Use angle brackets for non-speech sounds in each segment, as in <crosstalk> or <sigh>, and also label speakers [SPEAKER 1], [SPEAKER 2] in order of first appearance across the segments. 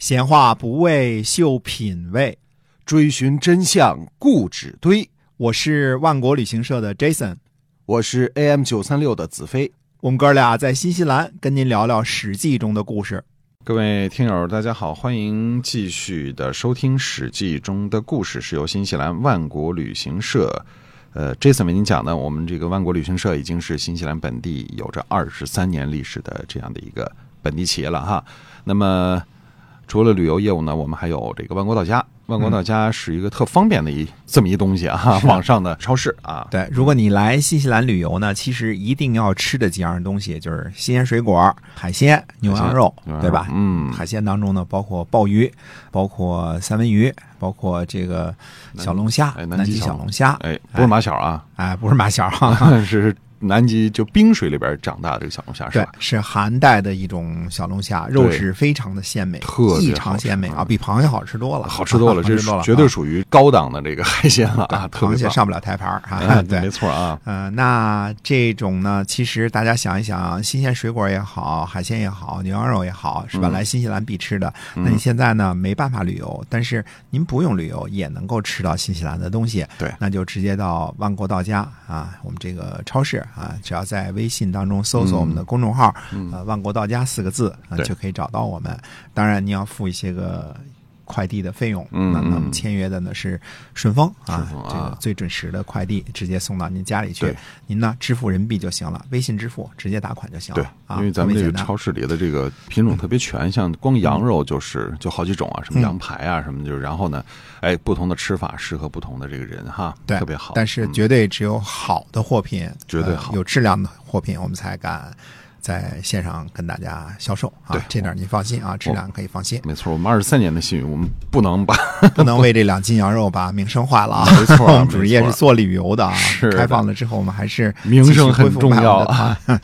[SPEAKER 1] 闲话不为秀品味，
[SPEAKER 2] 追寻真相故纸堆。
[SPEAKER 1] 我是万国旅行社的 Jason，
[SPEAKER 2] 我是 AM 九三六的子飞。
[SPEAKER 1] 我们哥俩在新西兰跟您聊聊《史记》中的故事。
[SPEAKER 2] 各位听友，大家好，欢迎继续的收听《史记》中的故事，是由新西兰万国旅行社，呃，Jason 为您讲的。我们这个万国旅行社已经是新西兰本地有着二十三年历史的这样的一个本地企业了哈。那么除了旅游业务呢，我们还有这个万国到家。万国到家是一个特方便的一、这么一东西啊，网上的超市啊。
[SPEAKER 1] 对，如果你来新西兰旅游呢，其实一定要吃的几样东西就是新鲜水果、海鲜、牛羊肉，
[SPEAKER 2] 牛羊肉
[SPEAKER 1] 对吧？
[SPEAKER 2] 嗯
[SPEAKER 1] 海鲜当中呢，包括鲍鱼，包括三文鱼，包括这个小龙虾、
[SPEAKER 2] 哎南极
[SPEAKER 1] 南极
[SPEAKER 2] 小
[SPEAKER 1] 小龙虾，
[SPEAKER 2] 哎，不是马小啊，
[SPEAKER 1] 哎，不是马小哈。
[SPEAKER 2] <laughs> 是南极就冰水里边长大的这个小龙虾是
[SPEAKER 1] 对
[SPEAKER 2] 吧？，
[SPEAKER 1] 是寒带的一种小龙虾，肉质非常的鲜美，
[SPEAKER 2] 特别
[SPEAKER 1] 异常鲜美
[SPEAKER 2] 好吃嗯
[SPEAKER 1] 啊，比螃蟹好吃多了，
[SPEAKER 2] 好吃多了，
[SPEAKER 1] <laughs> 好吃
[SPEAKER 2] 这
[SPEAKER 1] 多
[SPEAKER 2] 是
[SPEAKER 1] 了，
[SPEAKER 2] 绝对
[SPEAKER 1] 啊
[SPEAKER 2] 属于高档的这个海鲜了啊，特
[SPEAKER 1] 螃
[SPEAKER 2] 别
[SPEAKER 1] 蟹
[SPEAKER 2] 棒
[SPEAKER 1] 上不了台牌儿啊， <laughs>
[SPEAKER 2] 哎
[SPEAKER 1] 对
[SPEAKER 2] 没。错啊，
[SPEAKER 1] 呃，那这种呢，其实大家想一想，新鲜水果也好，海鲜也好，牛羊肉也好，是吧？
[SPEAKER 2] 嗯
[SPEAKER 1] 来新西兰必吃的。那你现在呢没办法旅游，但是您不用旅游也能够吃到新西兰的东西。
[SPEAKER 2] 对
[SPEAKER 1] 那就直接到万国到家啊，我们这个超市啊，只要在微信当中搜索我们的公众号，呃，万国到家四个字、啊，
[SPEAKER 2] 嗯对
[SPEAKER 1] 就可以找到我们。当然，你要付一些个。快递的费用，
[SPEAKER 2] 嗯
[SPEAKER 1] 那那我
[SPEAKER 2] 嗯
[SPEAKER 1] 们签约的呢是顺丰啊
[SPEAKER 2] 顺，丰啊
[SPEAKER 1] 这个最准时的快递直接送到您家里去
[SPEAKER 2] 对。
[SPEAKER 1] 您呢支付人民币就行了，微信支付直接打款就行
[SPEAKER 2] 对
[SPEAKER 1] 了。啊，
[SPEAKER 2] 因为咱们这
[SPEAKER 1] 特
[SPEAKER 2] 个
[SPEAKER 1] 别简单嗯
[SPEAKER 2] 超市里的这个品种特别全，像光羊肉就是就好几种啊，什么羊排啊，什么就是，然后呢，哎，不同的吃法适合不同的这个人哈，
[SPEAKER 1] 对
[SPEAKER 2] 特别好。
[SPEAKER 1] 但是
[SPEAKER 2] 嗯
[SPEAKER 1] 绝对只有好的货品，
[SPEAKER 2] 绝对
[SPEAKER 1] 呃
[SPEAKER 2] 好
[SPEAKER 1] 有质量的货品，我们才敢在线上跟大家销售啊
[SPEAKER 2] 对。
[SPEAKER 1] 这点您放心啊，质量可以放心，
[SPEAKER 2] 没错，我们二十三年的信誉，我们不能把
[SPEAKER 1] 不能为这两斤羊肉把名声坏了啊。
[SPEAKER 2] 没错
[SPEAKER 1] <laughs> 我们主业
[SPEAKER 2] 没
[SPEAKER 1] 是
[SPEAKER 2] 错
[SPEAKER 1] 做旅游的啊，
[SPEAKER 2] 是的
[SPEAKER 1] 开放了之后，我们还是
[SPEAKER 2] 名声很
[SPEAKER 1] 继续恢复
[SPEAKER 2] 重要
[SPEAKER 1] 卖我们 <laughs> 的嗯团啊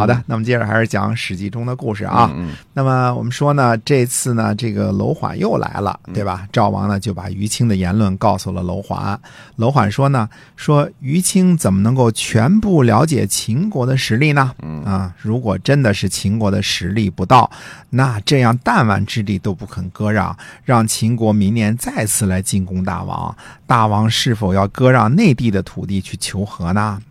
[SPEAKER 1] 好的，那么接着还是讲《史记》中的故事啊。
[SPEAKER 2] 嗯嗯
[SPEAKER 1] 那么我们说呢，这次呢，这个楼缓又来了，对吧？赵王呢就把于清的言论告诉了楼缓。楼缓说呢，说于清怎么能够全部了解秦国的实力呢？啊，如果真的是秦国的实力不到，那这样弹丸之地都不肯割让，让秦国明年再次来进攻大王，大王是否要割让内地的土地去求和呢？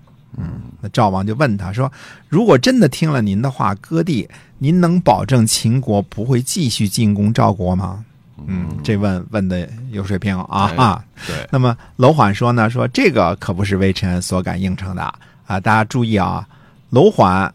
[SPEAKER 1] 那赵王就问他说：“如果真的听了您的话割地，您能保证秦国不会继续进攻赵国吗？”嗯，这问问的有水平啊！啊
[SPEAKER 2] 对
[SPEAKER 1] 那么楼缓说呢，说这个可不是微臣所敢应承的啊！大家注意啊，楼缓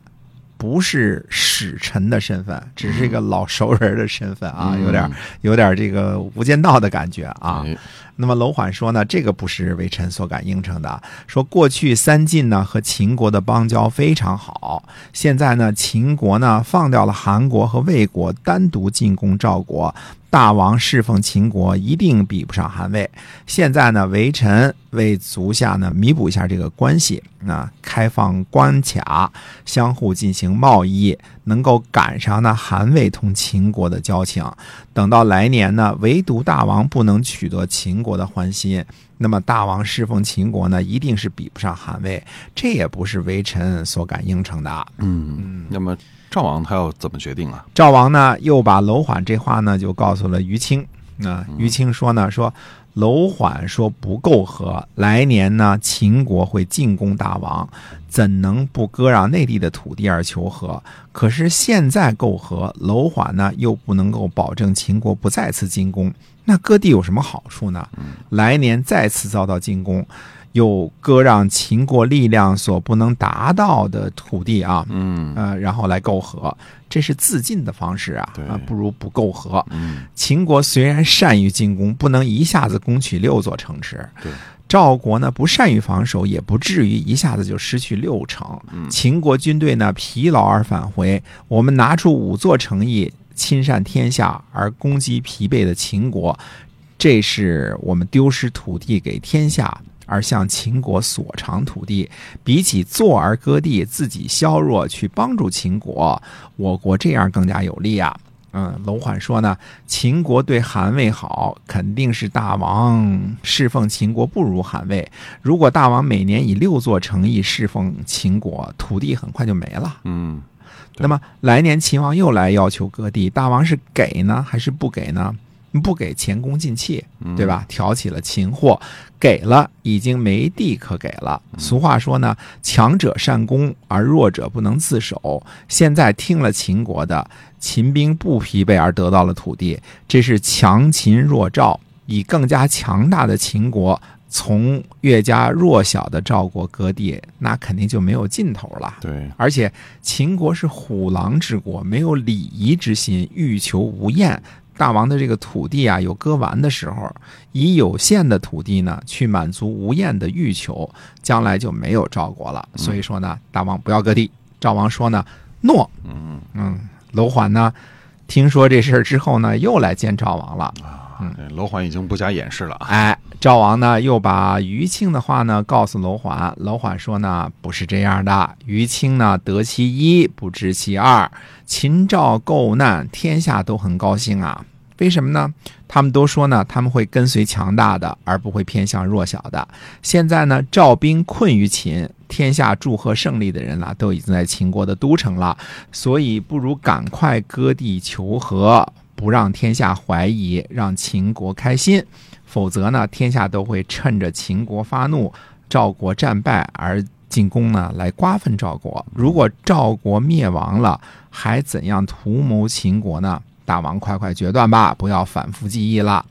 [SPEAKER 1] 不是使臣的身份，只是一个老熟人的身份啊，有点有点这个《无间道》的感觉啊。
[SPEAKER 2] 哎
[SPEAKER 1] 那么楼缓说呢，这个不是为臣所敢应承的。说过去三晋呢和秦国的邦交非常好，现在呢秦国呢放掉了韩国和魏国，单独进攻赵国。大王侍奉秦国一定比不上韩魏。现在呢，为臣为足下呢弥补一下这个关系，那开放关卡，相互进行贸易，能够赶上呢韩魏同秦国的交情。等到来年呢，唯独大王不能取得秦国的欢心，那么大王侍奉秦国呢，一定是比不上韩魏，这也不是微臣所敢应承的。
[SPEAKER 2] 嗯，那么赵王他要怎么决定啊？
[SPEAKER 1] 赵王呢，又把楼缓这话呢，就告诉了于清。啊、于清说呢，说楼缓说不够和，来年呢，秦国会进攻大王，怎能不割让内地的土地而求和？可是现在够和，楼缓呢又不能够保证秦国不再次进攻，那割地有什么好处呢？来年再次遭到进攻，又割让秦国力量所不能达到的土地啊，
[SPEAKER 2] 嗯
[SPEAKER 1] 呃，然后来媾和，这是自尽的方式啊
[SPEAKER 2] 对，
[SPEAKER 1] 啊，不如不媾和。
[SPEAKER 2] 嗯，
[SPEAKER 1] 秦国虽然善于进攻，不能一下子攻取六座城池。
[SPEAKER 2] 对，
[SPEAKER 1] 赵国呢不善于防守，也不至于一下子就失去六城。秦国军队呢疲劳而返回，我们拿出五座城邑侵占天下，而攻击疲惫的秦国，这是我们丢失土地给天下。而向秦国所偿土地，比起坐而割地，自己削弱去帮助秦国，我国这样更加有利啊。嗯，楼缓说呢，秦国对韩魏好，肯定是大王侍奉秦国不如韩魏。如果大王每年以六座城邑侍奉秦国，土地很快就没了。
[SPEAKER 2] 嗯，
[SPEAKER 1] 那么来年秦王又来要求割地，大王是给呢还是不给呢？不给前功尽弃，啊
[SPEAKER 2] 嗯
[SPEAKER 1] 对吧？挑起了秦祸，给了已经没地可给了。俗话说呢，强者善攻，而弱者不能自守。现在听了秦国的，秦兵不疲惫而得到了土地，这是强秦弱赵，以更加强大的秦国。从越加弱小的赵国割地，那肯定就没有尽头了。
[SPEAKER 2] 对，
[SPEAKER 1] 而且秦国是虎狼之国，没有礼仪之心，欲求无厌。大王的这个土地啊，有割完的时候，以有限的土地呢，去满足无厌的欲求，将来就没有赵国了。所以说呢，大王不要割地。赵王说呢，诺。
[SPEAKER 2] 嗯，
[SPEAKER 1] 嗯，楼缓呢，听说这事儿之后呢，又来见赵王了。
[SPEAKER 2] 对楼缓已经不加掩饰了啊。
[SPEAKER 1] 哎，赵王呢又把于庆的话呢告诉楼缓，楼缓说呢不是这样的，于庆呢得其一不知其二，秦赵构难，天下都很高兴啊。为什么呢？他们都说呢，他们会跟随强大的，而不会偏向弱小的。现在呢，赵兵困于秦，天下祝贺胜利的人呢、都已经在秦国的都城了，所以不如赶快割地求和，不让天下怀疑，让秦国开心。否则呢，天下都会趁着秦国发怒、赵国战败而进攻呢，来瓜分赵国。如果赵国灭亡了，还怎样图谋秦国呢？大王，快快决断吧，不要反复记忆了。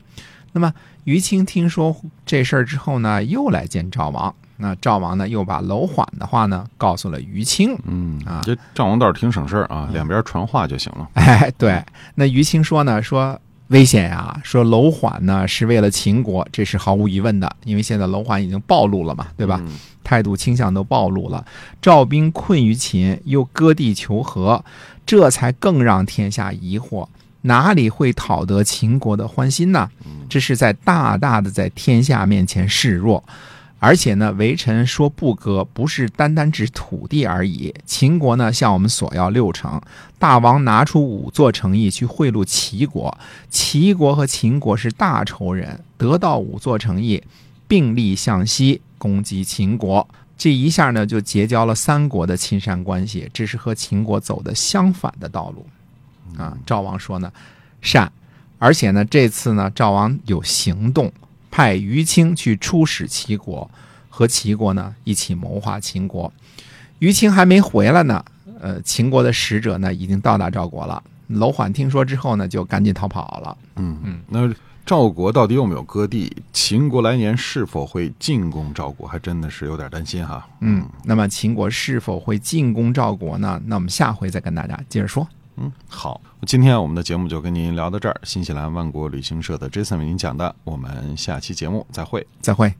[SPEAKER 1] 那么于清听说这事儿之后呢，又来见赵王。那赵王呢，又把楼缓的话呢，告诉了于清。
[SPEAKER 2] 嗯
[SPEAKER 1] 啊
[SPEAKER 2] 这赵王倒是挺省事儿啊，两边传话就行了。
[SPEAKER 1] <laughs> 哎，对，那于清说呢，说危险呀、说楼缓呢是为了秦国，这是毫无疑问的，因为现在楼缓已经暴露了嘛，对吧？
[SPEAKER 2] 嗯
[SPEAKER 1] 态度倾向都暴露了，赵兵困于秦，又割地求和，这才更让天下疑惑，哪里会讨得秦国的欢心呢？这是在大大的在天下面前示弱。而且呢，微臣说不割，不是单单指土地而已。秦国呢向我们索要六成，大王拿出五座城邑去贿赂齐国，齐国和秦国是大仇人，得到五座城邑，并力向西攻击秦国。这一下呢，就结交了三国的亲善关系，这是和秦国走的相反的道路。啊，赵王说呢，善，而且呢，这次呢，赵王有行动，派于清去出使齐国，和齐国呢一起谋划秦国。于清还没回来呢，呃，秦国的使者呢已经到达赵国了。楼缓听说之后呢，就赶紧逃跑了。
[SPEAKER 2] 嗯嗯，那赵国到底有没有割地？秦国来年是否会进攻赵国？还真的是有点担心哈。
[SPEAKER 1] 嗯，那么秦国是否会进攻赵国呢？那我们下回再跟大家接着说。
[SPEAKER 2] 嗯，好，今天我们的节目就跟您聊到这儿。新西兰万国旅行社的 Jason 为您讲的，我们下期节目再会。
[SPEAKER 1] 再会。